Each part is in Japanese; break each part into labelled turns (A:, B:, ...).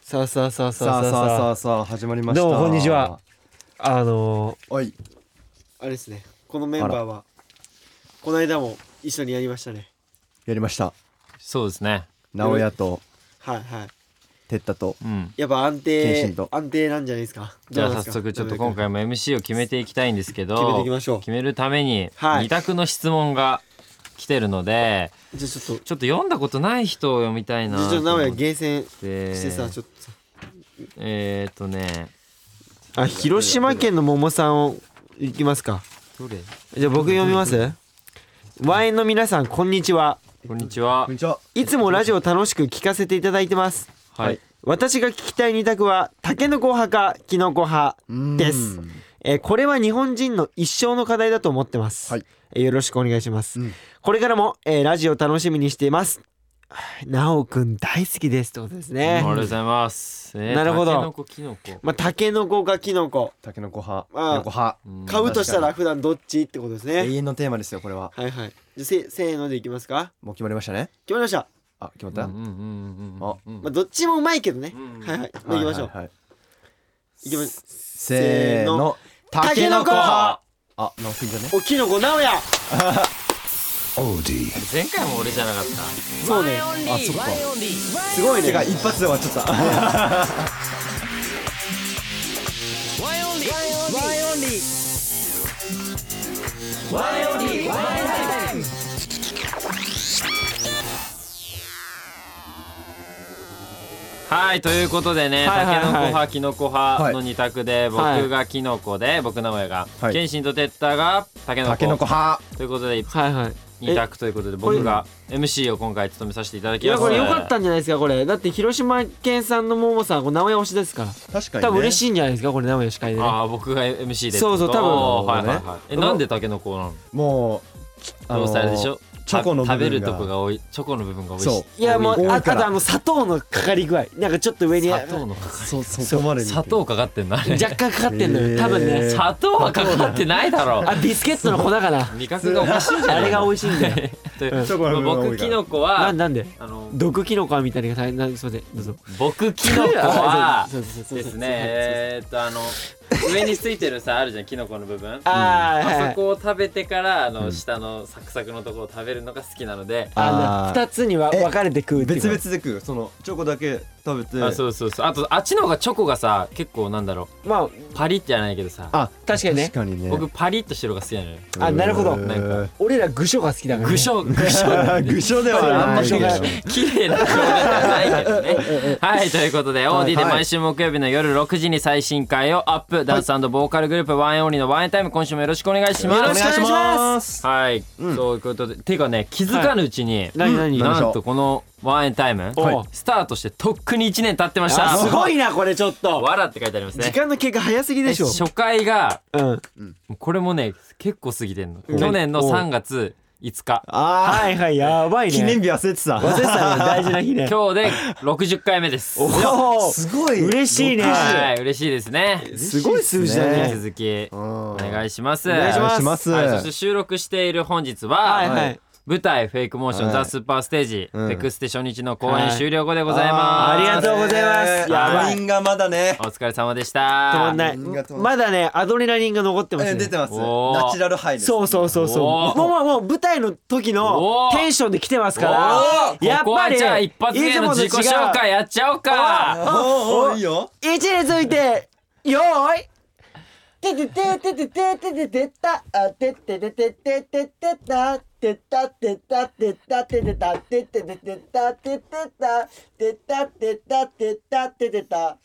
A: さあさあさあ
B: さ
A: さ
B: あ
A: あ
B: さあさ
A: さあ
B: あさあ始まりました
C: どうもこんにちはあの
B: おい
A: あれですねこのメンバーはこの間も一緒にやりましたね
B: やりました
D: そうですね。
B: 直哉と
A: はいはい
B: 哲太と
D: うん。
A: やっぱ安
B: 謙
A: 定
B: 信と
A: 安定なんじゃないですか
D: じゃあ
A: どうな
D: 早
A: んですか
D: 速ちょっと
A: どう
D: 今
A: ですか
D: 回も MC を決めていきたいんですけど、
A: 決めていきましょう
D: 決めるために
A: はい
D: 二択の質問が来てるので、
A: じゃあちょっと
D: ちょっと読んだことない人を読みたいな
A: じゃあちょっ
D: と
A: と名古
D: 思
A: 屋
D: っ。
A: 厳選しててさちょっとさ
D: えーっとね、
A: あ広島県の桃さんをいきますか
D: どれ？
A: じゃあ僕読みますワインの皆さんこんにちは
D: こんにちは。
B: にちはい
A: つもラジオ楽しく聞かせていただいてます
D: はい。
A: 私が聞きたい二択はタケノコ派かキノコ派です
B: うん、
A: えーこれは日本人の一生の課題だと思ってます、
B: はい
A: えーよろしくお願いします、
B: うん
A: これからも、えーラジオ楽しみにしていますはあなおくん大好きですってことです
D: あり
A: ね
D: がとうございます。えー
A: なるほど
D: タケノコキノコ。
A: まあタケノコかキノコ
B: タケノコ派
A: ああ
B: タケノコ派
D: うん
A: 買うとしたら普段どっちってことです
B: 永
A: ね
B: 遠のテーマですよこれは
A: はいはいじゃあせせーのでいきますか
B: もう決まりましたね
A: 決まりました、
B: あ決ま
D: うんう
B: った
D: んうんうんうん。
B: あ
D: うん
A: まあ、どっちもうまいけどね、
D: うん
A: はいはいまあ行き
B: は
A: ましょう、
B: いはいはい
A: いきます
B: せーの
A: タケノコ
B: あ直すんじゃね
A: おキノコなおや
D: 前回も俺じゃなかった。
A: そうね
B: あそっか
A: すごいね
B: てか一発で終わっちゃった
D: はいということでね、
A: はいはいはい
D: タケノコ派キノコ派
B: はい
D: の二択で、
A: はい
D: 僕がキノコで僕名古屋が、
B: はい
D: 謙信と哲太がタケノコ
B: タケノコ派
D: ということで
A: はいはい
D: 二択ということで僕が MC を今回務めさせていただ
A: い
D: きま
A: や
D: す
A: これ良かったんじゃないですかこれだって広島県産の桃さんこれ名古屋推しですから
B: 確かにね
A: 多分嬉し
B: い
A: いんじゃないですかこれ名古屋司会でね
D: ああ僕が MC で
A: そうそう多分
D: おーはいはいはいえ
A: なるほどね
D: なんでタケノコなの
B: もうあ
D: ど
B: の
D: うせあれでしょ
B: チョコの部分が
D: 食べるとこが多いチョコの部分が多いし
B: そう
A: いやもう
B: 多
A: あ
B: い
A: あ
B: から
A: とあの砂糖のかかり具合なんかちょっと上に
D: 砂
A: 若
D: 糖の
B: そそこまでに
D: 砂糖かかってんなあれ
A: 干かかってんのよ多分
B: へ
A: ね
B: ー
D: 砂糖はかかってないだろう
A: あビスケットの粉かな
D: 味覚がおかしいんじゃ
A: あ
D: ない
A: れが美
D: い
A: 味しいんだよ
B: チョコの部分が多いから
D: 僕キノコ
A: な
D: は
A: なんで
D: あの
A: 毒キノコみたいな感じなんすいませんどうぞ
D: 僕キノコは
A: そうそうそうそう
D: ですねえーっとあの上についてるさあるじゃんキノコの部分あ
A: あーはいは
D: そ
A: い
D: こを食べてからあの
B: ん
D: 下のサクサクのところを食べるのが好きなので
A: あ
B: あー
A: の二つには分かれて食うっていう
B: 別々で食うそのチョコだけ食べて
D: あそうそうそうあとあっちの方がチョコがさ結構なんだろ
A: まあ
D: うパリッじゃないけどさ
B: あ
A: 確かにね
B: 確かにね
D: 僕パリッとしてる方が好きなのよ
A: あなるほど
B: うーん
D: なん
A: 俺ら具象が好きだからね
D: 具象具象
B: 具象ではないけど
A: 具象が
D: 綺麗な顔じゃないけどねはいということで OD で
B: はい
D: 毎週木曜日の夜6時に最新回をアップ、ダンスボーカルグループワンエンオンリーのワンエンタイム今週もよろしくお願いします
A: よろしくお願いします
D: はい、そういうことでていうかね気づかぬうちに、
A: 何何
B: 何でし
D: な
B: ょ
D: ん
B: う
D: とこのワンエンタイム、
A: はい
D: スタートしてとっくに1年経ってまし
A: あ
D: た
A: すごいなこれちょっと
D: わらって書いてあります
A: 時
D: ね
A: 間の経過早すぎでしょ
D: 初回が
A: うん
D: これもね結構過ぎてんの
A: ん
D: 去年の3月5日
B: あ
A: はいはいやばい
B: ー
A: ね
B: 記念日忘れてた
A: 忘れてたね大事な日ね
D: 今日で60回目です
A: おお
B: すごい
A: 嬉しいね
D: はい嬉しいですね
A: すごい数字だ
D: 引き
A: ね
D: 続き
B: お
D: お願いします
A: お願いします
D: はい、そして収録している本日は、
A: はいはい
D: 舞台「フェイクモーション、
B: はい
D: ザ・スーパーステージ」
B: うん
D: フェクステ初日の公演
A: はい
D: 終了後でございます、
A: ありがとうございますやばい
B: ラインがまだね
D: お疲れ様でした
A: 止まんない
B: ありがとう
A: まだねアドレナリンが残ってます
B: え
A: ね
B: 出てます
D: おー
B: ナチュラルハイです
A: そうそうそうそう
D: おー
A: もうもうもう舞台の時の
D: おー
A: テンションで来てますから
D: おー
A: やっ
D: ここ
A: ぱ
D: は
A: り
D: じゃあ一発芸の自己紹介やっちゃおうか
B: おーおーいいよ
A: 一についてよーいてててててててててたあてててててててたてたてたてたててたててててたててたてたてたてたててた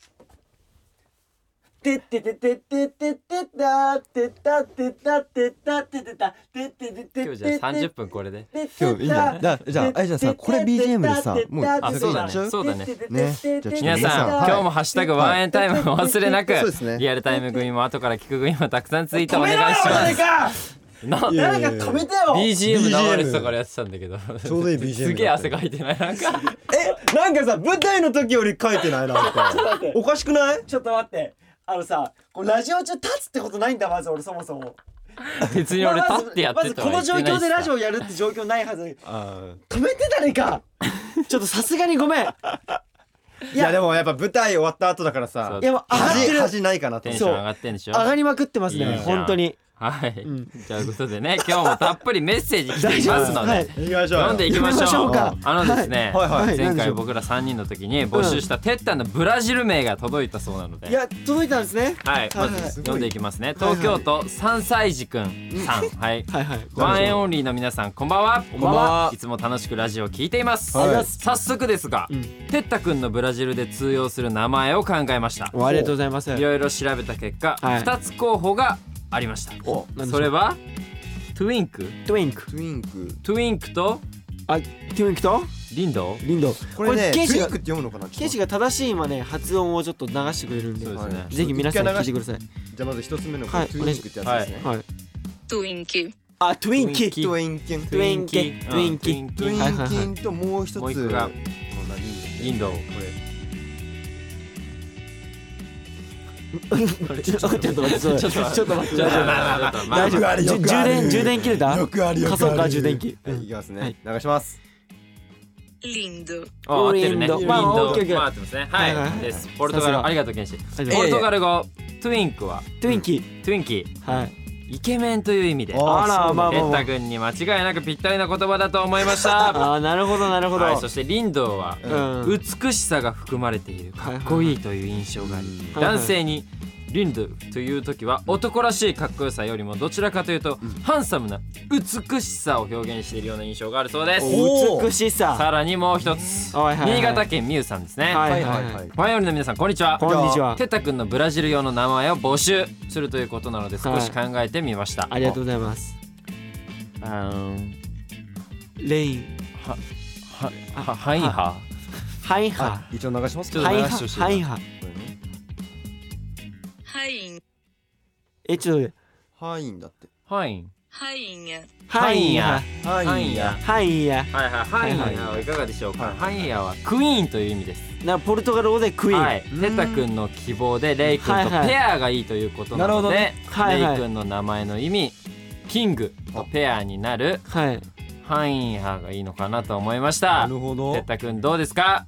A: てててててててたてたてたてたててたてててて
D: 今日じゃあ30分これで
B: 今日いいんじゃないだじゃああいじゃあさこれ BGM でさもう
D: あそうだね
B: やっちゃう
D: そうだね
B: ねじゃあちょっと
D: 皆さん、
B: はい
D: 今日もハッシュタグワンエンタイムお忘れなく、
B: そうですね
D: リアルタイム組も後から聞く組もたくさんツイートお願いしますな
A: 誰か止めてよ
D: BGM 流れてたからやってたんだけどち
B: ょうどいい BGM
D: すげえ汗かいてないなんか
B: えなんかさ舞台の時より書いてないなんかおかしくない
A: ちょっと待ってあのさこうラジオ中立つってことないんだまず俺そもそも
D: 別に俺立ってやってた
A: まあまずこの状況でラジ
D: オ
A: オやるって状況ないはず
B: あー
A: 止めて誰かちょっとさすがにごめん
B: いやでもやっぱ舞台終わった後だから
D: そ
B: さ
D: う
A: いやもう上がって
B: 恥
A: る
B: 恥ないかなと
D: テン
B: 思っ
D: シ
B: て
D: ョン上がってんでしょ
A: 上がりまくってます
D: いい
A: ね
D: じゃん
A: 本当に
D: はい、ということでね今日もたっぷりメッセージ来ていますので、
A: はい
B: 行きましょう
D: 読んでいきましょう
A: 読みましょうか
D: あのですね、
B: はいはい
A: は
D: 前
A: い何でし
D: 回
A: ょう
D: 僕ら3人の時に募集したテッタンのブラジル名が届いたそうなので
A: いや届いたんですね
D: はい、ま
A: はいはい
D: ず読んでいきますね。東京都三歳児くんさん、はい。
A: はいはい
D: ワンエンオンリーの皆さん、こんばんは。こん
B: ばんはい
D: つも楽しくラジオを聞いています。
B: はい
D: 早速ですが、てったくんのブラジルで通用する名前を考えました。
A: おありがとうございます
D: いろいろ調べた結果、
A: はい
D: 二つ候補がありました。
A: お何でしょう
D: それはトゥインク、
A: トゥインク
B: トゥインク
D: トゥインクと
A: あトゥインクと
D: リンド。
A: リンド
B: これねト
A: ケイシ
B: ゥイン
A: が
B: クって読むのかな
A: ケイシ
B: が
A: が正しい今ね発音をちょっと流してくれるんで
D: そうですね。
A: ぜひ皆さん聞いてください
B: じゃあまず一つ目のこ
A: は
B: の
A: い
B: トゥインクってやつですね
A: はい
E: Twink,
A: あトゥインキ
D: ト
B: トゥインキン
A: トゥインキトゥインキ
B: トゥ
A: はいはいはい
B: インキンともう一つ
D: もう一個が
B: この何
D: リンド。
A: ちょっと待ってちょっと待ってちょっと待って
D: ちょっとまあまあまあまあ
A: 大丈
B: よくあ
A: 夫
B: る
A: じゅ
B: よくあ
A: 充
B: る
A: 電充電切れた
B: よくあるよくある
A: 仮想か充電器
B: はいいきます
A: は
B: ね
A: い
B: 流します
E: lindo,
D: あ合ってるね。
A: リンドまあ
D: リンド
A: オッケーオッケー
D: まあ合ってますね。はい、
A: はいはい
D: です。ポルトガ
A: さすが
D: ル、ありがとう、剣士。
A: 大丈
D: ポ
A: 夫
D: ルトガル語、トゥインクは、
A: トゥインキ
D: トゥインキー、
A: はい
D: イケメンという意味で、
B: あ
A: あら
B: そう
A: まあま
D: レ
A: あ
D: ッ
A: まあ
D: タ君に間違いなくぴったりな言葉だと思いました。
A: あ あなるほどなるほど
D: はい、そしてリンドは、
A: うん
D: 美しさが含まれている、かっこいいという印象があり、
A: はいはい
D: 男性に、リンドという時は男らしいかっこよさよりもどちらかというと、ハンサムな美しさを表現しているような印象があるそうです
B: おー
A: 美しさ
D: さらにもう一つ、
A: はいはいは
D: 新
A: い
D: 潟県みゆさんですね、
A: はい
B: は
A: はいい
B: は
A: はいい
D: ファンよりの皆さんこんにちは
A: こんにちは
D: テタ君のブラジル用の名前を募集するということなので
A: は
D: 少
A: い
D: し考えてみました、
A: ありがとうございます
D: あー
A: レイン
D: ははハイハ
A: ハイハ
B: 一応流します
D: ちょっ
A: ハ
D: と
A: イ
D: 流
A: ハ
D: してほしいな
A: ハイハ
B: これね
E: rainha,
A: えちょっと
B: ハインだって
D: ハイン
E: rainha,
A: ハイ
D: ハ
A: ハ
B: ハ
D: ハインや
A: ハイ
D: は
A: ヤ
D: いはいハインヤはいかがでしょうか、ハインヤはクイーンという意味です
A: なポルトガル語でクイーン、
D: はいテタ君の希望でレイ君と
A: はいはい
D: ペアがいいということなので、
B: な
A: はいはい
D: レイ君の名前の意味キングとペアになる
A: はい
D: ハインヤがいいのかなと思いまし
B: な
D: た
B: るほ
D: テ
B: ど
D: タ君どうですか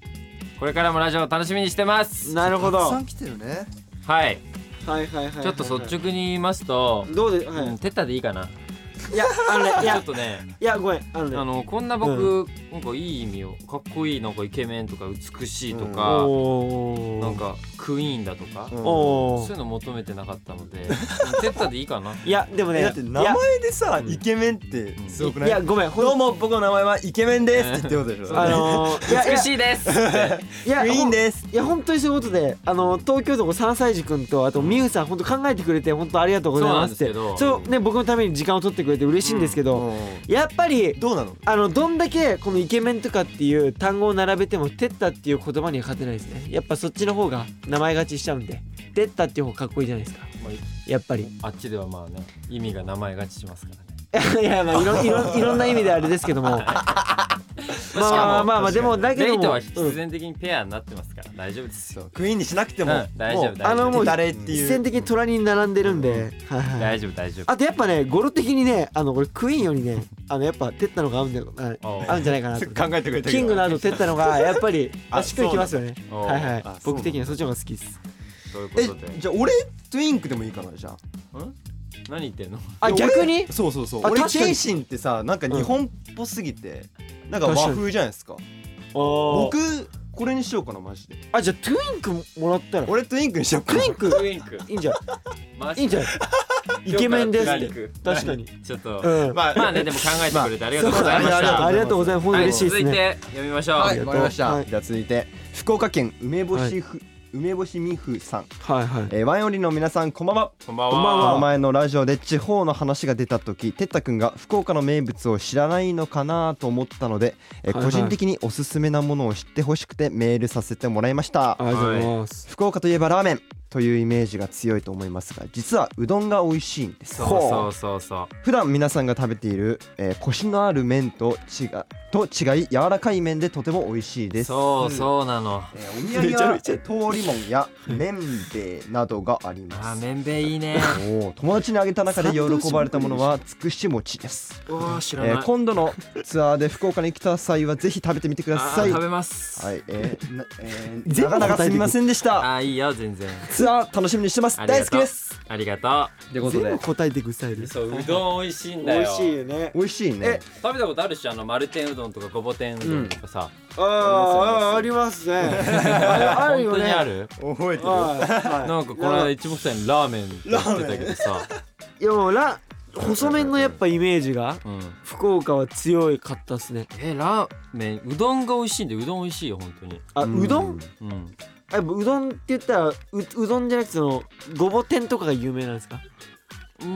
D: これからもラジオ楽しみにしてます
A: なるほど
B: たくさ
A: は
B: ん来てるね
D: はい
A: いはいはいはい
D: ちょっと率直に言いますと、
A: どうで、は
D: うん、
A: い、
D: テッタでいいかな。ち
A: いやあのねい
D: ょ
A: や
D: っとね、
A: いやごめんあのね
D: あのこんな僕、なんかいい意味を、かっこいいなんかイケメンとか美しいとか、
A: おー
D: なんかクイーンだとか、
B: うん
A: お
D: そうい
A: ー
D: うの求めてなかったの で、テッタでいいかな。
A: いやでも
B: え
A: ね
B: だって名
A: いや
B: 前でさ
D: うん
B: イケメンってすごくないい
A: やごめんほん
B: どうも僕の名前はイケメンですって言ってことでしょ
A: あのー、いや
D: 美
A: い
D: しいです。って
A: やい
B: ク
A: や
B: イーン
A: ほん
B: です
A: いや本当にそういうことであの東京都の3歳児くんとあとみゆさん本当考えてくれて本当ありがとうございますって
D: そうなんですけど
A: そうね僕のために時間を取ってくれて嬉しいんですけど、やっぱり
B: どうなの
A: あのどんだけこのイケメンとかっていう単語を並べても「テッタ」っていう言葉には勝てないですねやっぱそっちの方が名前勝ちしちゃうんで「テッタ」っていう方がかっこいいじゃないですか
D: まあ
A: やっぱり
D: あっちではまあね、意味が名前がちしますからね。
A: いやまあいろいろいろんな意味であれです けどもまあ
D: しか
A: まあ
D: も
A: まあまあでもだけ
D: レ
A: ど
D: イと
A: も
D: は必然的にペアになってますから、大丈夫ですよ。
B: クイーンにしなくて
D: うん
B: も
D: 大丈夫、大
A: あ
D: 丈
A: のも
D: 夫。
A: う
B: 誰って
A: 一
B: いう
A: 線的に虎に並んでるんで、はいはい
D: 大丈夫、大丈夫。
A: あとやっぱね語呂的にねあのこれクイーンよりねあのやっぱテッタの方が合うんだよ
D: おう
A: 合うんじゃないかなと
B: 考えてくれてる
A: キングの後テッタの方がやっぱり
B: あ
A: しっくりきますよね
D: そうなん
A: はい
D: だ
A: は
B: あ
A: い
B: そうなんだ
A: 僕的にはそっちの方が好きです
D: というこ
B: え
D: とで、
B: じゃあ俺トゥインクでもいいかなじゃあ
D: 何言ってんの？
A: あ
B: いや俺
A: 逆に
B: そうそうそう
A: あ
B: 俺
A: 確かに
B: ケイシンってさなんか日本っぽすぎてなんか和風じゃないですか
A: 僕
B: 僕これにしようかなマジで
A: あじゃあトゥインクもらったら
B: 俺トゥインクにしようか
A: ト
B: な
A: ゥインク
D: クイーンク。
A: いいんじゃ
D: マ
A: んいいん じゃんイケメンですって確かに
D: ちょっと、
A: うん
D: まあ、まあねでも考えてくれてありがとうご
A: そう
D: ざいました、
A: ありがとうございます本当
D: はい、
A: に嬉しいで
D: 続
A: す
D: い
A: ね
D: て読みましょう、
B: は
A: あり
B: い
A: がと
B: わ
A: う
B: かりました、
A: はい
B: じゃあ続いて福岡県梅干しふ、梅干し美風さん、
A: はいはい
B: えー、ワンオリの皆さんこんばんは
D: こんばんは
A: こんばん
B: こ
A: は
B: の前のラジオで地方の話が出た時てったくんが福岡の名物を知らないのかなと思ったので、えー
A: はいはい
B: 個人的におすすめなものを知ってほしくてメールさせてもらいました
A: ありがとうございます
B: 福岡といえばラーメンというイメージが強いと思いますが実はうどんが美味しいんです
D: そうそうそうそう
B: 普段皆さんが食べている、えーコシのある麺と違と違い柔らかい麺でとても美味しいです
D: そうそうなの
B: えーお土産は通りもんや麺べなどがありま
D: あー
B: す
D: めんべいいね
B: おー友達にあげた中で喜ばれたものはつくし餅です、
D: うわー知らない、
B: えー今度のツアーで福岡に来た際はぜひ食べてみてくだ
D: あー
B: さい
D: 食
B: は
D: べます、
B: い、えーなえー、
C: 全部答えて
B: 長々すみませんでした
D: あーいいよ全 然
B: ツアー楽しみにしてます
D: ありがと
B: 大
D: う
B: 好きです
D: ありがとうってこと
A: 全
D: で
A: 部答えてくスタイル
D: そううどん美味しいんだ
A: 美
D: よ
A: 味しいよね
B: 美味しいね
D: 食べたことあるしあの丸天うどんとかごぼ天うどんとかさ、
A: あああありますね あ
D: 本
A: るよ
D: 当に
A: ね
D: ある
B: 覚えて
A: はい
D: なんかこの間一目散にラーメンって言ってたけどさ、
A: いやもうラ細麺のやっぱイメージが
D: うん、
A: 福岡は強いかったっすね
D: えラーメンうどんが美味しいんでうどん美味しいよ本当に
A: あうどん
D: うん
A: あやっぱうどんって言ったらううどんじゃなくてそのごぼ天とかが有名なんですか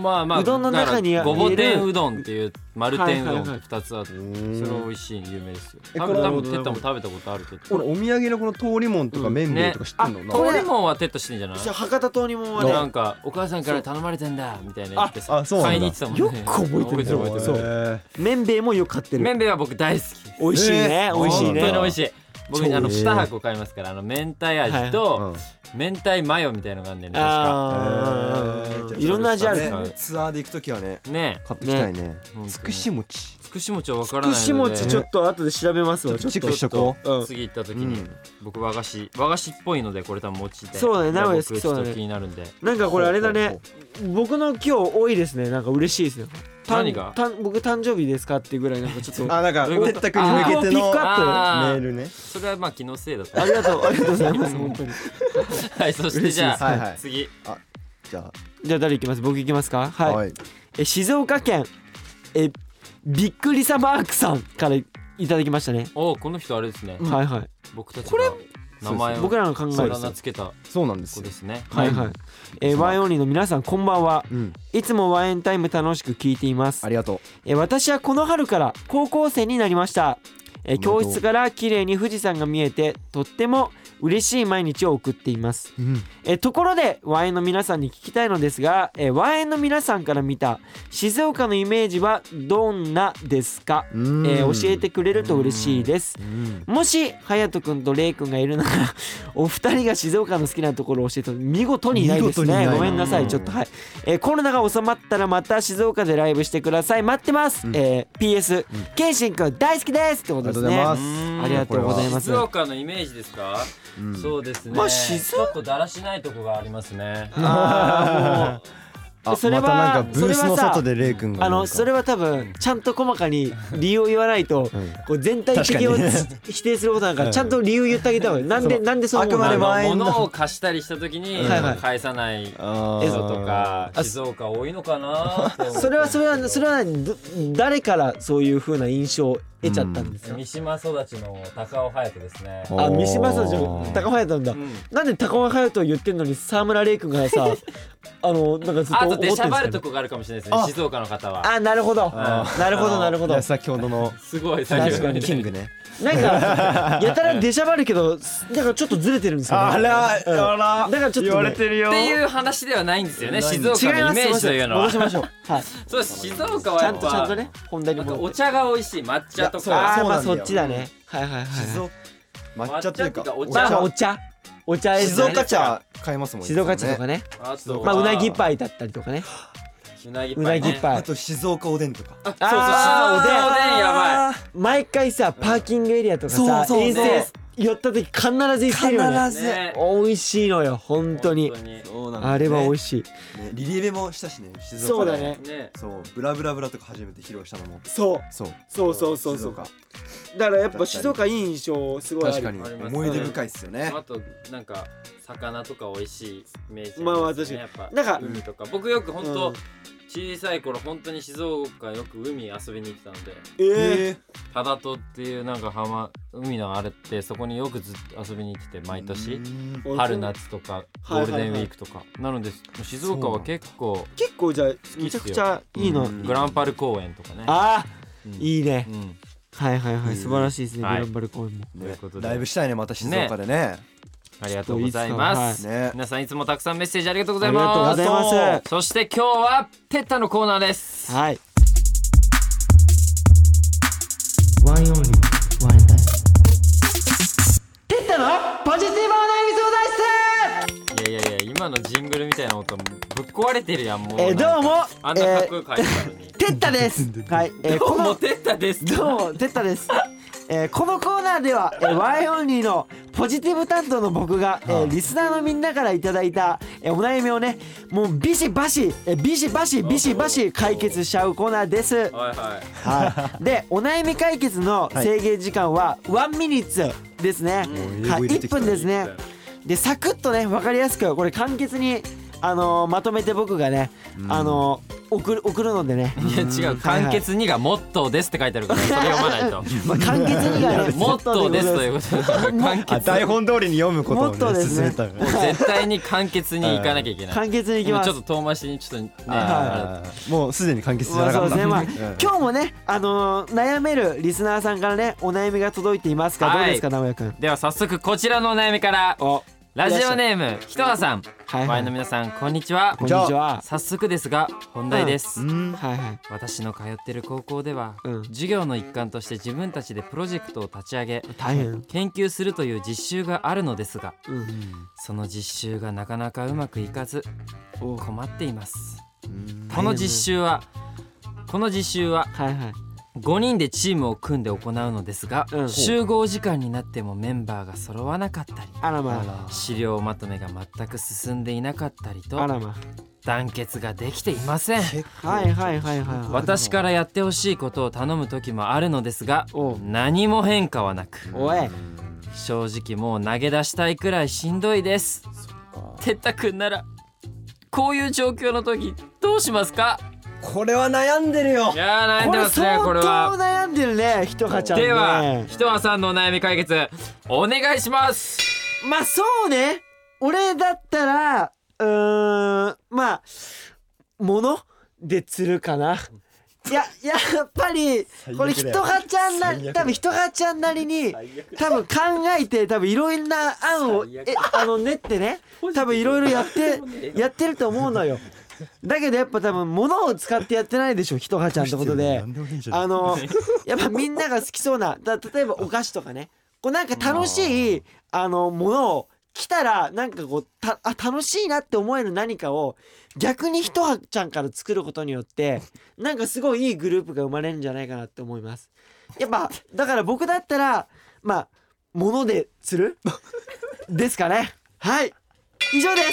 D: まあまあ
A: うどんの中に
D: だからごぼ
A: 入れ
D: 天
A: る
D: うどんっていう丸天うどんって2つあって、
B: うん
D: それ美味しい有名ですよ
B: え
D: 多分
B: こ
D: 多
B: れ
D: 分テッタも食べたことあるけど
B: 俺お土産のこの通りもんとか麺べとか知ってんの、
A: ね
B: なんか
D: 通りもんはテッタしてんじゃない
A: じゃあ博多通りもんはね
D: なんかお母さんから頼まれてんだみたいな言って
B: あ
D: さ
B: あそうなん
D: 買
B: だ
D: いに行ってたもんね
A: よく覚えてる
D: 覚えてる覚えて
A: そ
D: る
A: う麺べいもよく買って
D: め
A: る
D: んべいは僕大好きです
A: 美味しいね美味しい
D: 本当
A: ね
D: に美味しい僕あの2箱買いますからあの明太味
B: う
D: と
B: ん
D: 明太マヨみたいのがあんねんね確か
A: あ
B: え
A: ー
B: ー
A: いろんな味あ
D: ね
A: る
D: はい
B: ツアーで行くときはね
D: ね
B: 買ってきたいね
D: え
B: つくし餅
D: つくし餅は分からない
A: 福
D: ので
A: 島餅ちょっと後で調べますわちょっ
B: チェッ
A: と
B: クしとこう
A: うん
D: 次行った時に、僕和菓子和菓子っぽいのでこれ多分餅で
A: そうだね名古屋好き
D: 僕
A: そうだね
D: ちょっと気になるんで
A: なんかこれあれだね僕の今日多いですねなんか嬉しいですよたん
D: 何が
A: たん僕誕生日ですかってぐらいなんかちょっと
B: あなんか
D: どういうこと
B: 哲太くんに向けての
A: あーピックアッ
B: メ
D: あ
B: ー
D: ー
B: ルね
D: それはまあ気のせいだと
A: ありがとうありがとうございます本当に
D: はいそしてじゃあ、
B: 嬉しいですはいはい
D: 次
B: じゃ
A: じゃあ誰行きます僕行きますか
B: あ
A: はい、
B: い
A: え静岡県えびっくりサマークさんからいただきましたね、
D: おおこの人あれですね、
A: はいはい
D: 僕たち
A: これ
D: が名前を
A: 僕らの考えです
D: そら名付けた
B: そうなんです
D: 子
B: よ
D: ですね
A: はいはい、えー、ワインオンリーの皆さんこんばんは
B: うん
A: いつもワインタイム楽しく聞いています
B: ありがと
A: えー私はこの春から高校生になりましたえー
B: おめでとう
A: 教室から綺麗に富士山が見えてとっても嬉しい毎日を送っています
B: ううん
A: えーところでワインの皆さんに聞きたいのですがえーワインの皆さんから見た静岡のイメージはどんなですか、
B: え
A: えー教えてくれると嬉しいですもし隼人君とレイ君がいるなら お二人が静岡の好きなところを教えて見事にいないです
B: 見事にい
A: ね
B: ない
A: ごめんなさ
D: うん
A: いちょっとはい、えーコロナが収まったらまた静岡でライブしてください待ってます、えー PS、ケンシン君大好きですってことです
B: あ
A: ね
B: りがとうございます
D: あ
A: ありがとうございます
D: 静岡のイメージですか、そうですね、
A: まあ静
D: ちょっとだらしないとこがありますね
A: あーも
B: あ
A: それは
B: またなんかブースの外でレイくん
A: う
B: が
A: あ
B: なん
A: の
B: か
A: それは多分ちゃんと細かに理由を言わないと、
B: ん
A: こう全体的を
B: 確か
A: つ否定することだからちゃんと理由言ってあげた方がいいなんでなんでそう思う
B: あくまで
A: の
B: も
D: あ
B: 前
D: の
B: の
D: 物を貸したりした時に
A: はいはい
D: 返さない人
B: あー
D: とか
A: あ
D: 静岡多いのかなって思って
A: それはそれはそれは何ど誰からそういう風な印象を得ちゃったんですか、
D: 三島育ちの高尾隼人ですね
B: お
A: あ、三島さんじゃ
B: おー
A: 高尾隼人なんだ、なんで高尾隼人を言ってんのに沢村礼君が さあのなんかずっと
D: あ
A: 思
D: と
A: って
D: で
A: ん
D: すしゃ
A: か
D: ばる
A: ね
D: とこがあるかもしれないですね
B: あ
D: 静岡の方は
A: あなるほど
D: あー
A: なるほどなるほど
B: いや先ほどの
D: すごい
A: 確かに
B: キングね
A: なん かやたら出しゃばるけどなんかちょっとずれてるんですよ、ね、うん
B: ら
A: だからちょっとね言われて
B: るよ
D: っていう話ではないんですよね静岡
A: 違い
D: の
A: ま
D: イ
A: す
D: メージというのは
A: 戻しましょう はい
D: そうです静岡は
A: ち
D: や
A: ゃ
D: っ
A: んとちゃんと
D: ぱ
A: ね本題に
D: なんか
A: 戻
D: お
A: って
D: 茶が美味しい抹茶と
B: いや
A: あ
D: か
B: そ
A: あ
B: う
A: ー
B: な
A: ま
B: んだよ
A: あそっちだねはいはいはい
B: 静岡抹茶という
D: 抹茶
B: か
D: というか
A: まあ
D: お
A: お茶お茶です
B: 静
A: ね
B: 岡茶買えますもんね
A: 静岡茶とかね
D: あとは
A: まあうなぎパイだったりとかね
D: うなぎ
A: うなぎ
D: イね
A: パイ
B: と静岡おでんとか
A: あ
D: そう
A: ー
D: そうそうおでんやばい
A: 毎回さパーキングエリアとかさ
B: そうそう
A: 遠征寄った時必ず行ってるよね
B: 必
D: ね
A: 美味しいのよ本当に
B: そうなんだ
A: あれは美味
B: し
A: しい
B: い、ねリリーベもしたしね静
A: そう
B: 岡で
A: だね
D: ね
B: そうブラブラブラとか初めて披露したのも
A: そう
B: そう
A: そうそうそう
B: 静
A: そう
B: 岡
A: だからやっぱ静岡いい印象すごいあ
B: 確か
A: る
B: に
D: あります
B: 思い出深いっすよね
D: あとなんか魚とか美味しいイメージ
A: まあまあ
D: ですねやっぱ
A: なんか
D: 海とか僕よく本当、
A: うん
D: 小さい頃本当に静岡よく海遊びに行ってたんで
A: ええ
B: え
D: 忠戸っていうなんか浜海のあれってそこによくずっと遊びに行ってて毎年春夏とかゴールデンウィークとか、なので静岡は結構
A: 結構じゃあ
D: きっす
A: めち
D: よ
A: ゃくちゃいいの
B: うん
D: グランパル公園とかね
A: あ
D: うん
A: ーいいね
D: うん
A: はいはいはい素晴らしいですねグ
D: はい
A: ランバル公園も
D: ということで
B: ライブしたいねまた静岡でね
D: ありがとうございます、
B: はいね
D: 皆さんいつもたくさんメッセージありがとうご
A: あ
D: ざい
A: りがとう
D: ま
A: ご
D: す
A: ざいます
D: そして今日はテッタのコーナーです
A: はい
B: ワインオンリーワインタイ
D: いやいやいや今のジングルみたいな音ぶっ壊れてるやんもう
A: えーどうも
D: あんなかっこよく入ったのに、
A: テッタですはい、えー、こ
D: もう
A: の
D: テッタです
A: どうもテッタです、えー、このコーナーでは、えー、ワイオンリーのポジティブ担当の僕が、えー、リスナーのみんなからいただいた、えー、お悩みをねもうビシバシ、えー、ビシバシビシバシ解決しちゃうコーナーです
D: はいは
A: はい、でお悩み解決の制限時間は1ミニッツですね、
B: うん
A: は
B: 英
A: い、
B: 語入れて
A: 1
B: きた
A: 分ですねでサクッとね分かりやすくこれ簡潔に、あのーまとめて僕がね、あのー送る送るのでね、
D: いいや違う簡潔にがモットーですって書いてあるからそれ読まないと
A: まあ、簡潔 にがね
D: モットーですということだから簡
B: あ
D: 潔
B: 台本通りに読むことを
A: もっと
B: ね
A: です
B: 進
A: ね
B: めたの
D: もう絶対に簡潔にいかなきゃいけない
A: 簡潔にいき
D: 今
A: ま
D: ち
A: す
D: ょっと遠回しにちょっとねあ
B: あーもうすでに完結じゃ
A: まあ
B: な
A: そ
B: か
A: う
B: っ
A: で
B: た
A: すね、まあ、
B: うん
A: 今日もね、あのー悩めるリスナーさんからねお悩みが届いていますか、
D: はい
A: どうですか名古屋くん
D: れでは早速こちらのお悩みから
A: お
D: ラジオネームひとはさん
A: はい
D: ワ
A: は
D: インの
A: い
D: 皆さんこんにちは
A: こんにち
B: じ
A: は
D: 早速ですが本題です、
B: うん
A: はいはい
D: 私の通ってる高校では、
A: うん
D: 授業の一環として自分たちでプロジェクトを立ち上げ
A: 大変
D: 研究するという実習があるのですが
A: うん
D: その実習がなかなかうまくいかず
A: お
D: 困っています
B: うん
D: この実習はこの実習は
A: はいはい
D: 5人でチームを組んで行うのですが、
A: うん
D: 集合時間になってもメンバーが揃わなかったり
A: あらまあ
D: 資料まとめが全く進んでいなかったり
A: あ
D: と
A: らま
D: 団結ができていません
A: はいはいはいはいはい
D: 私からやってほしいことを頼む時もあるのですが
A: おう
D: 何も変化はなく
A: おい
D: 正直もう投げ出したいくらいしんどいですてったくんならこういう状況の時どうしますか
B: これは悩んでるよ
D: いやー悩ん
A: こ
D: で
A: れ
D: ますね
A: 相
D: これ
A: 当
D: は
A: 悩んでるねひとかちゃんね
D: ではひとはさんのお悩み解決お願いします
A: まあそうね俺だったらうーんまあ物で釣るかないや やっぱり
B: 悪だよ
A: これひとかちゃんな
B: 最悪
A: 多分ひとかちゃんなりに多分考えて多分いろんな案をえあの練ってね多分いろいろやってやってると思うのよだけどやっぱ多分物を使ってやってないでしょひとかちゃんってことで。
B: 何でもいいじゃん
A: あのやっぱみんなが好きそうなだ例えばお菓子とかねこうなんか楽しいあのものを来たらなんかこうたあ楽しいなって思える何かを逆にひとはちゃんから作ることによってなんかすごいいいグループが生まれるんじゃないかなって思います。やっぱだから僕だったらまあ物で釣るですかねはい以上です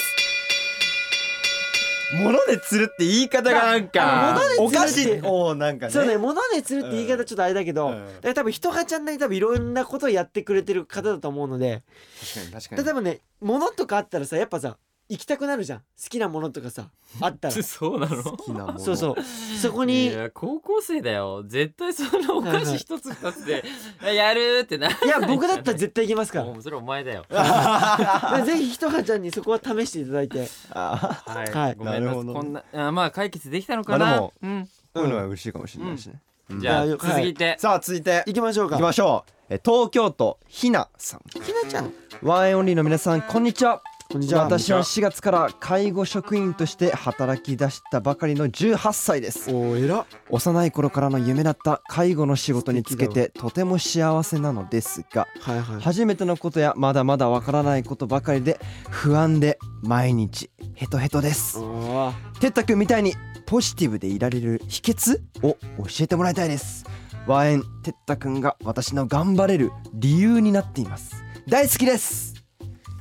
B: 物で釣るって言い方がなんか
A: まあ
B: お
A: 物で
B: 菓
A: 釣るって
B: 子をなんかね
A: そうね物で釣るって言い方ちょっとあれだけど、
B: うん
A: だから多分ひとはちゃんなりに多分いろんなことをやってくれてる方だと思うので
B: 確かに確か
A: 例えばね物とかあったらさやっぱさ行きたくなるじゃん好きなものとかさあったら
D: そうなの
B: 好きなもの
A: そうそうそこ
D: い
A: に
D: や高校生だよ絶対そんなお菓子一つ二つ でやるってなる
A: いや僕だったら絶対行きますか
D: もうそれお前だよ
A: らぜひひとはちゃんにそこは試していただいて
B: あ
D: は
A: はい
D: ごめん
B: な
D: な
B: るほど
D: こんなあまあ解決できたのかな、
B: まあでも
D: うん
B: ーこういうのは嬉しいかもしれないしね
D: じゃあ
A: いやよはい
D: 続いて
B: さあ続いて
A: 行きましょう
B: い
A: か
B: きましょうえ東京都ひなさん
A: ひなちゃん
B: ワンエンオンリーの皆さんこんにちは
A: こんにちは
B: 私は4月から介護職員として働き出したばかりの18歳です
A: おーえら
B: 幼い頃からの夢だった介護の仕事につけてとても幸せなのですが
A: はいはい
B: 初めてのことやまだまだわからないことばかりで不安で毎日ヘトヘトです
A: おー
B: てったくんみたいにポジティブでいられる秘訣を教えてもらいたいですワンエンてったくんが私の頑張れる理由になっています大好きです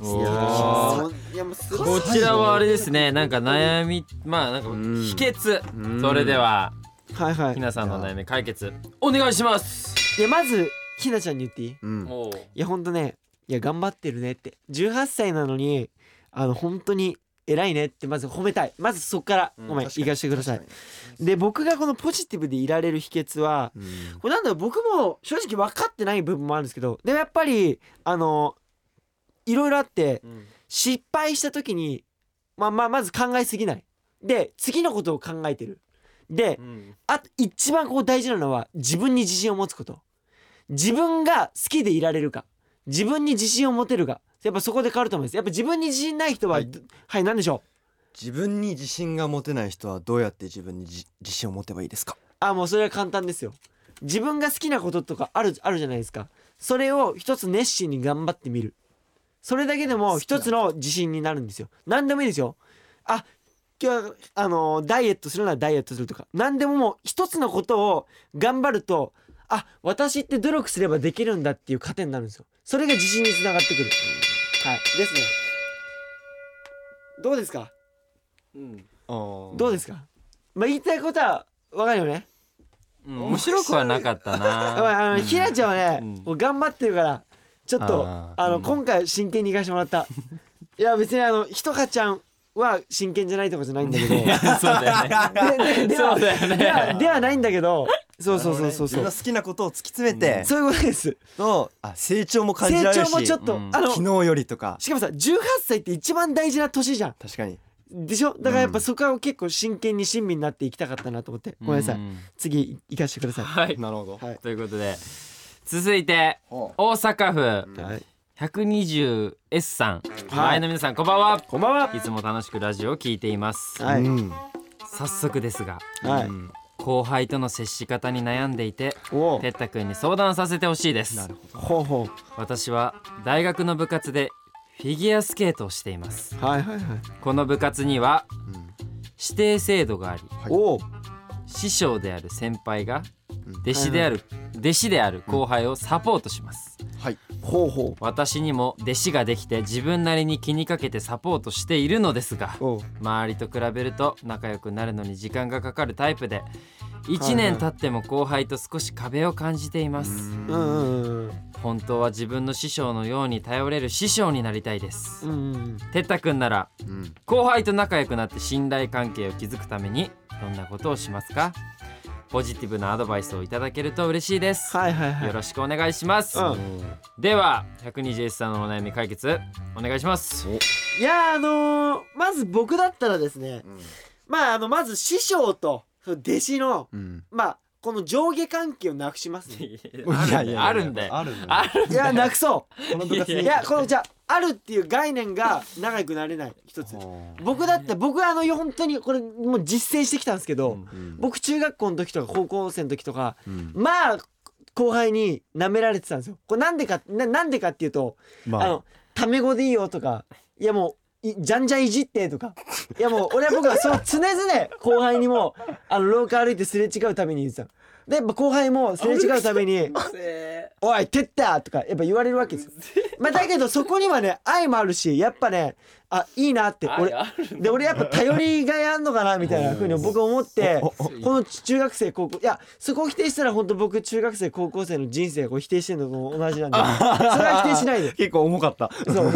D: おー
B: あー
A: もういやもうすご
D: こ
A: い
D: ちらはあれですねなんか悩みまあなんか秘
B: ん
D: 訣それでは
A: はいはい
D: ひなさんのお悩み解決お願いします
A: いやまずひなちゃんに言っていい
B: うん
D: お
A: いやほんとねいや頑張ってるねって18歳なのにあの本当に偉いねってまず褒めたいまずそっから
D: うん
A: ごめん
B: 確かに
A: 行かせてくださいで僕がこのポジティブでいられる秘訣はこれなんだろう僕も正直分かってない部分もあるんですけどでもやっぱりあのいろいろあって失敗した時にまあまあまず考えすぎないで次のことを考えてるで、あと一番こう大事なのは自分に自信を持つこと自分が好きでいられるか自分に自信を持てるがやっぱそこで変わると思いますやっぱ自分に自信ない人はは
B: はいい、
A: 何でしょう
B: 自分に自信が持てない人はどうやって自分に自自信を持てばいいですか
A: あもうそれは簡単ですよ自分が好きなこととかあるあるじゃないですかそれを一つ熱心に頑張ってみるそれだけでも一つの自信になるんですよ何でもいいですよあ今日はあのダイエットするならダイエットするとか何でももう一つのことを頑張るとあ私って努力すればできるんだっていう糧になるんですよそれが自信につながってくるはいですねどうですかどうですかまあ言いたいことはわかるよね
D: うん面白くはなかった
A: や ばい
D: な
A: あのひらちゃんはね、
D: うん
A: もう頑張ってるからちょっとあ
D: あ
A: の、
D: うん
A: 今回真剣に行かしてもらったいや別にあのひとかちゃんは真剣じゃないとかじゃない んだけどで
D: そうだよね
A: ででは
D: そうだよね
A: ではではないんだけどそうそうそうそ
B: 自
A: うそ
B: 分
A: う
B: の好きなことを突き詰めて、
A: そういうことです
B: のあ成長も感じ
A: 成
B: られるし
A: 長もちょっと、
D: うん
A: あの
B: 昨日よりとか
A: しかもさ18歳って一番大事な年じゃん
B: 確かに
A: でしょだからやっぱそこは結構真剣に親身になっていきたかったなと思ってごめんなさい、
D: う
A: 次行かしてください
D: はい
B: なるほど
A: はい
D: ということで続いて大阪府
A: はい
D: 120S さん
A: はい
D: 前の皆さんこんばんは
A: こんばんはい
D: つも楽しくラジオを聞いています
A: はい、
B: うん
D: 早速ですが
A: はい
D: うん後輩との接し方に悩んでいて
A: おう
D: てったくんに相談させてほしいです
A: ほうほ
D: 私は大学の部活でフィギュアスケートをしています
A: うはいはいはい、
D: この部活には
B: うん
D: 指定制度があり
A: おう
D: 師匠である先輩が
B: うん
D: 弟子である弟子である後輩をサポートします
B: はい
A: ほうほ
D: 私にも弟子ができて自分なりに気にかけてサポートしているのですが
A: うおう
D: 周りと比べると仲良くなるのに時間がかかるタイプで
A: はい
D: 1年経っても後輩と少し壁を感じています
A: うんうんうん
D: 本当は自分の師匠のように頼れる師匠になりたいです
A: うんうん
D: てったくんなら
B: うん
D: 後輩と仲良くなって信頼関係を築くためにどんなことをしますかポジティブなアドバイスをいただけると嬉しいです、
A: はいはいはい
D: よろしくお願いします、
A: うん
D: では 120S さんのお悩み解決お願いします
A: いやーあのーまず僕だったらですね
B: うん
A: まああのまず師匠とその弟子の
B: うん
A: まあこの上下関係をなくしますね
D: あるんだよ
B: あるんだよ
D: ある
A: いやなくそ
B: この部活
A: う
B: に
A: いやこのじゃああるっていう概念が仲良くなれない一つ僕だって僕はあの本当にこれもう実践してきたんですけど、
B: うん
A: 僕中学校の時とか高校生の時とか
B: うん
A: まあ後輩に舐められてたんですよこれなんでかななんでかっていうと
B: ま
A: あのタメ語でいいよとかいやもういじゃんじゃんいじってとかいやもう俺は僕はそう常々後輩にもあの廊下歩いてすれ違うために言ってたのでやっぱ後輩もすれ違うために「おいてった!」とかやっぱ言われるわけですよ。まあ、だけどそこにはね愛もあるしやっぱねあいいなって俺で俺やっぱ頼りがいあんのかなみたいなふうに僕思ってこの中学生高校いやそこを否定したら本当僕中学生高校生の人生を否定してるのと同じ なんでそれは否定しないで。
B: 結構重かった
A: そうそう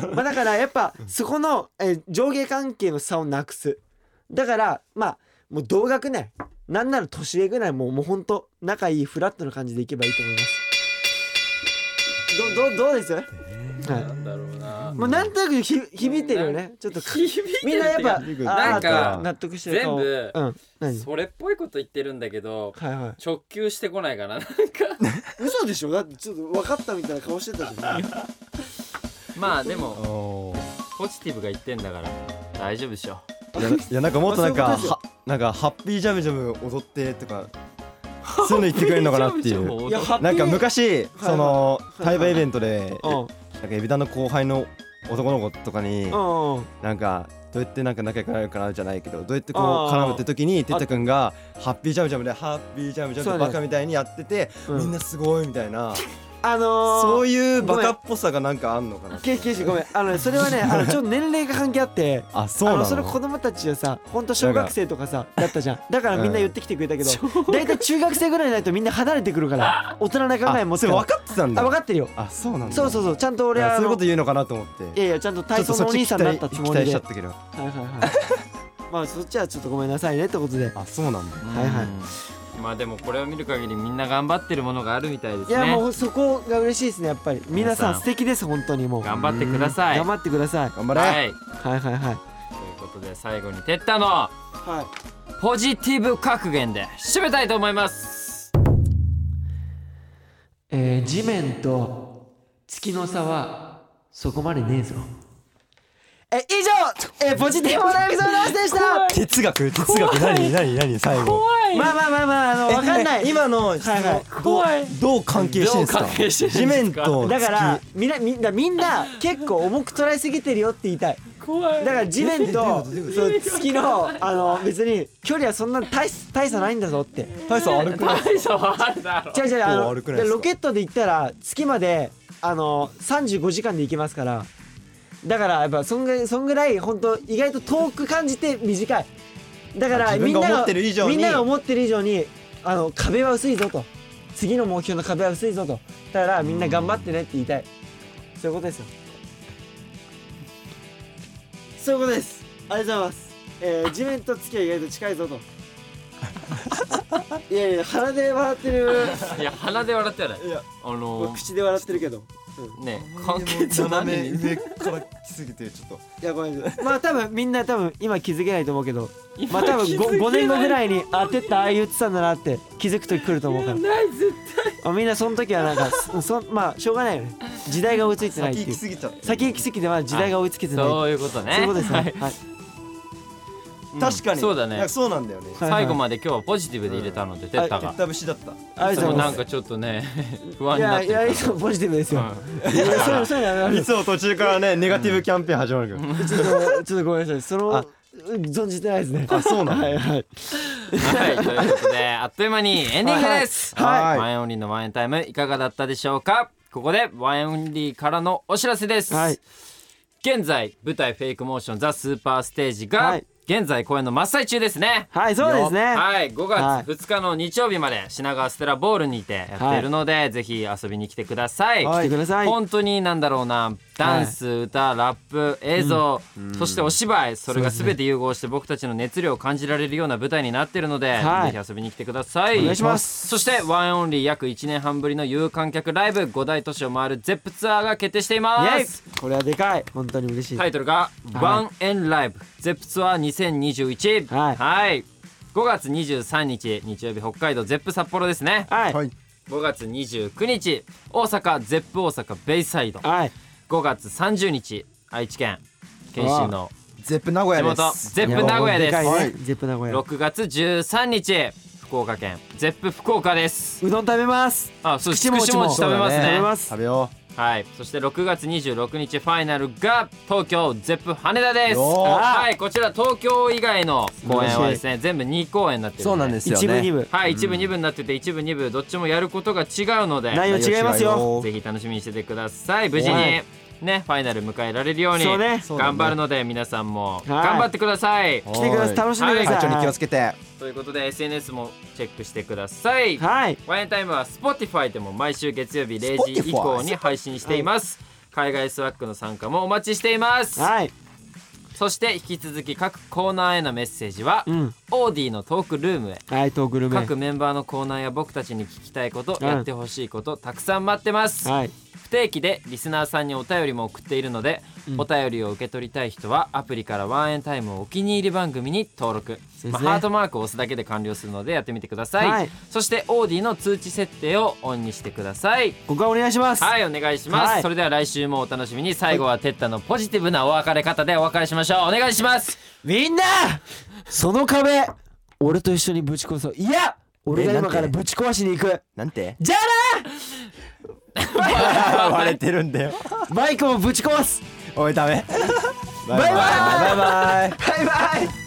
A: そうまあだからやっぱそこの、えー上下関係の差をなくすだからまあもう同学年なんなら年上ぐらいもうもうほんと仲いいフラットな感じでいけばいいと思いますどどどうです、はい、
D: だろうな
A: もうなんとなくひ響いてるよねちょっとか みんなやっぱ
D: な
A: あ
D: んか
A: ー納得してる
D: 全
A: 顔
D: 部
A: うん何
D: それっぽいこと言ってるんだけど
A: はいはい
D: 直球してこないか な
A: 嘘でしょだってちょっと分かったみたいな顔してたじゃん
D: まあでもポジティブが言ってんだから大丈夫でしょ
B: いやいやなんかもっとなん
A: ま
B: か
A: あそういうこ
B: はなんかハッピージャムジャム踊ってとかそういうの言ってくれるのかなっていう
A: いやハッピー
B: なんか昔
A: はい
B: その
A: はいは
B: 対
A: い
B: バイベントで
A: うん
B: なんかエビダの後輩の男の子とかに
A: うん
B: なんかどうやってなんか仲良くなれるかなじゃないけどどうやってこ
A: あ
B: う
A: ー
B: 絡むって時にてったくんがハッピージャムジャムでハッピージャムジャム
A: そう
B: で
A: だね
B: バカみたいにやってて
A: うん
B: みんなすごいみたいな
A: あのー、
B: そういう
A: ご
B: バ
A: めん
B: カっぽさがなんかあんのかな
A: ケイシケイシごめんあのねそれはねあ のちょっと年齢が関係あって
B: あそうな
A: あの
B: の
A: それ子供たちはさほんと小学生とかさだったじゃんだからみんな言ってきてくれたけど大体、中学生ぐらいになるとみんな離れてくるから大人な考え持
B: あ
A: つ
B: そ
A: か
B: れ
A: ら
B: 分かってたん
A: あ分
B: だ
A: かってるよ
B: あそうなんだ
A: そうそうそうちゃんと俺
B: いや
A: は
B: そういうこ
A: あ
B: と
A: の
B: 言うのかなと思って
A: いやいやちゃんと
B: ちょ
A: 体
B: っと
A: 操
B: そ
A: のお
B: っち
A: 兄
B: 期
A: さん
B: 待
A: になったつ
B: 期
A: もり
B: 待し
A: で
B: ちゃ
A: は
B: っ
A: い
B: たけど
A: はいはいまあそっちはちょっとごめんなさいねってことで
B: あそうなんだ
A: はいはい
D: いまあでもこれを見る限りみんな頑張ってるものがあるみたいです
A: い
D: ね
A: やもうそこが嬉しいですねやっぱり皆さ
D: 皆
A: ん
D: さん
A: 素敵です本当にもう
D: 頑張ってください
A: 頑張ってください
B: 頑張れ、
D: はい
A: はいはいはい
D: ということで最後にてったの
A: はい
D: ポジティブ格言で締めたいと思います
A: えー地面と月の差はそこまでねえぞえ以上えポジティブライブソーダでした
B: 哲学哲学何何何最後
A: まあまあまあまああのわかんない
B: え今の質
A: はいはい
B: 問どうどう関係してるんです
D: どう関係して
B: か
D: るんですか
B: 地面と
A: だ
B: 月
A: からみんなみんなみんな結構重く捉えすぎてるよって言いたい怖いだから地面とそう月のあの別に距離はそんな大す大差ないんだぞって
B: 大差悪くない
D: 大将はあるだろ
A: 違う違うあの
B: 悪くないですか
A: ロケットで行ったら月まであの35時間で行けますからだからやっぱそんぐらいそんぐらい本当意外と遠く感じて短いだか
B: あ
A: ら
B: 自分
A: みん
B: が
A: な
B: 思っ
A: が
B: てる以上に
A: みんなが思ってる以上にあの壁は薄いぞと次の目標の壁は薄いぞとだからみんな頑張ってねって言いたいそういうことですよそういうことですありがとうございます、えー、地面と月は意外と近 いぞといやいや鼻で笑ってる
D: いや鼻で笑ってはない
A: いや
D: あの
A: 口で笑ってるけど、
D: ね関係と何
B: 斜め
D: に
B: 上から来すぎてちょっと
A: いやごめんなさいまあ多分みんな多分今気づけないと思うけど
D: 今
A: まあ多分 5,
D: 気づけない
A: 年後ぐらいにあてったああ言ってたんだなって気づく時来ると思うから
D: ない絶
A: まあみんなその時はな んかそそまあしょうがないよね時代が追いついてないって
B: 先行き過
A: いう
B: ぎちゃって
A: 先行き過ぎてまだ時代が追いつけて
D: 対
A: ないってい
D: そういうことね
A: そういうことですね、
D: は
A: はい
D: いうん
B: 確かに
D: そうだね
B: なんかそうなんだよね
A: はい
D: 最後まで今日はポジティブで入れたので、テッタ
B: 結
D: が。
B: 果節だった
A: あり
D: い
A: が
D: つ
A: とう
D: も
A: ござ
D: ないんか
A: ま
D: ちょっとね、 不
A: す
D: 安に
A: い
D: なっ
A: や
D: て
A: い
D: るか
A: や
D: ら
A: いつもポジティブですよ、
D: うん
A: いやそうそういうのやめましょう
B: いつも途中からねネガティブキャンペーン始まるけど
A: ちょっとちょっとごめんなさいその
B: あ
A: 存じてないですね
B: あそうなの
A: はいはい
D: はい、ということで、あっという間にエンディングです。
B: はいはい
D: ワンエンオンリーのワンエンタイム、いかがだったでしょうか。ここで、ワンエンオンリーからのお知らせです。
A: はい
D: 現在、舞台フェイクモーションザスーパーステージが、
A: はい
D: 現在公演の真っ最中ですね。
A: はいそうですね
D: はい、5月2日の日曜日まで品川ステラボールにてやっているので、ぜひ遊びに来てください。
A: 来てください
D: 本当になんだろうなダンス、歌ラップ映像、そしてお芝居それが全て融合して僕たちの熱量を感じられるような舞台になっているので、
A: はい
D: ぜひ遊びに来てください
A: お願いします
D: そしてワンオンリー約1年半ぶりの有観客ライブ5大都市を回るゼップツアーが決定していま
A: イエイ
D: す
A: これはでかい本当に嬉しい
D: タイトルが「ワンエンライブゼップツアー2021」
A: はい
D: はい、5月23日日曜日北海道ゼップ札幌ですね
A: はい
B: はい
D: 5月29日大阪ゼップ大阪ベイサイド
A: はい
D: 5月30日愛知県県心の
B: ゼップ名古
D: 地
B: 屋で
D: 元
B: す
D: ゼップ名古屋で
A: いやもうかい
D: す
A: ねゼップ名古屋
D: 6月13日福岡県ゼップ福岡です
A: うどん食べます
D: あそう串
A: 串も
D: も
A: ち
D: ち
A: も
D: もち食べます
A: そうだ
D: ね
A: ね
B: 食べよ
D: はいそして6月26日ファイナルが東京ゼップ羽田です
B: よー
D: はいこちら東京以外の公演はですね全部2公演になって
B: う
D: る
B: そうなんですすよね
A: 一部二部
D: はい一部二部になってて一部二部どっちもやることが違うので
A: 内容違いますよ
D: ぜひ楽しみにしててください無事に
A: はい
D: ねファイナル迎えられるように
A: そうね
B: そうだね
D: 頑張るので皆さんも
A: い
D: 頑張ってください、
A: 来てください楽しんでくだ
B: 体
A: さ
B: 調
A: い
B: に気をつけて
D: ということで SNS もチェックしてください、
A: はい
D: ワインタイムは Spotify でも毎週月曜日0時以
B: Spotify
D: 降に配信しています海外スワックの参加もお待ちしています
A: はい
D: そして引き続き各コーナーへのメッセージは、
A: うん
D: オーディのトークルームへ
A: はいトークルメ
D: 各メンバーのコーナーや僕たちに聞きたいこと、
A: うん
D: やってほしいことたくさん待ってます、
A: はい
D: 不定期でリスナーさんにお便りも送っているので、
A: うん
D: お便りを受け取りたい人はアプリからワンエンタイムをお気に入り番組に登録、
A: ね
D: まあ、ハートマークを押すだけで完了するのでやってみてください、
A: はい
D: そしてオーディの通知設定をオンにしてください
A: ここはお願いします
D: はいお願いします、
A: はい
D: それでは来週もお楽しみに最後はテッタのポジティブなお別れ方でお別れしましょうお願いします
A: みんなその壁俺と一緒にぶち壊そういや俺が
B: えなん
A: 今
B: て
A: からぶち壊しに行く
B: なん て
A: じゃ
B: 割れてるんだよ
A: あなバイクもぶち壊す
B: おいダメバイバイ
A: バ
B: バ
A: イバイ
B: イバイ
A: バイバイ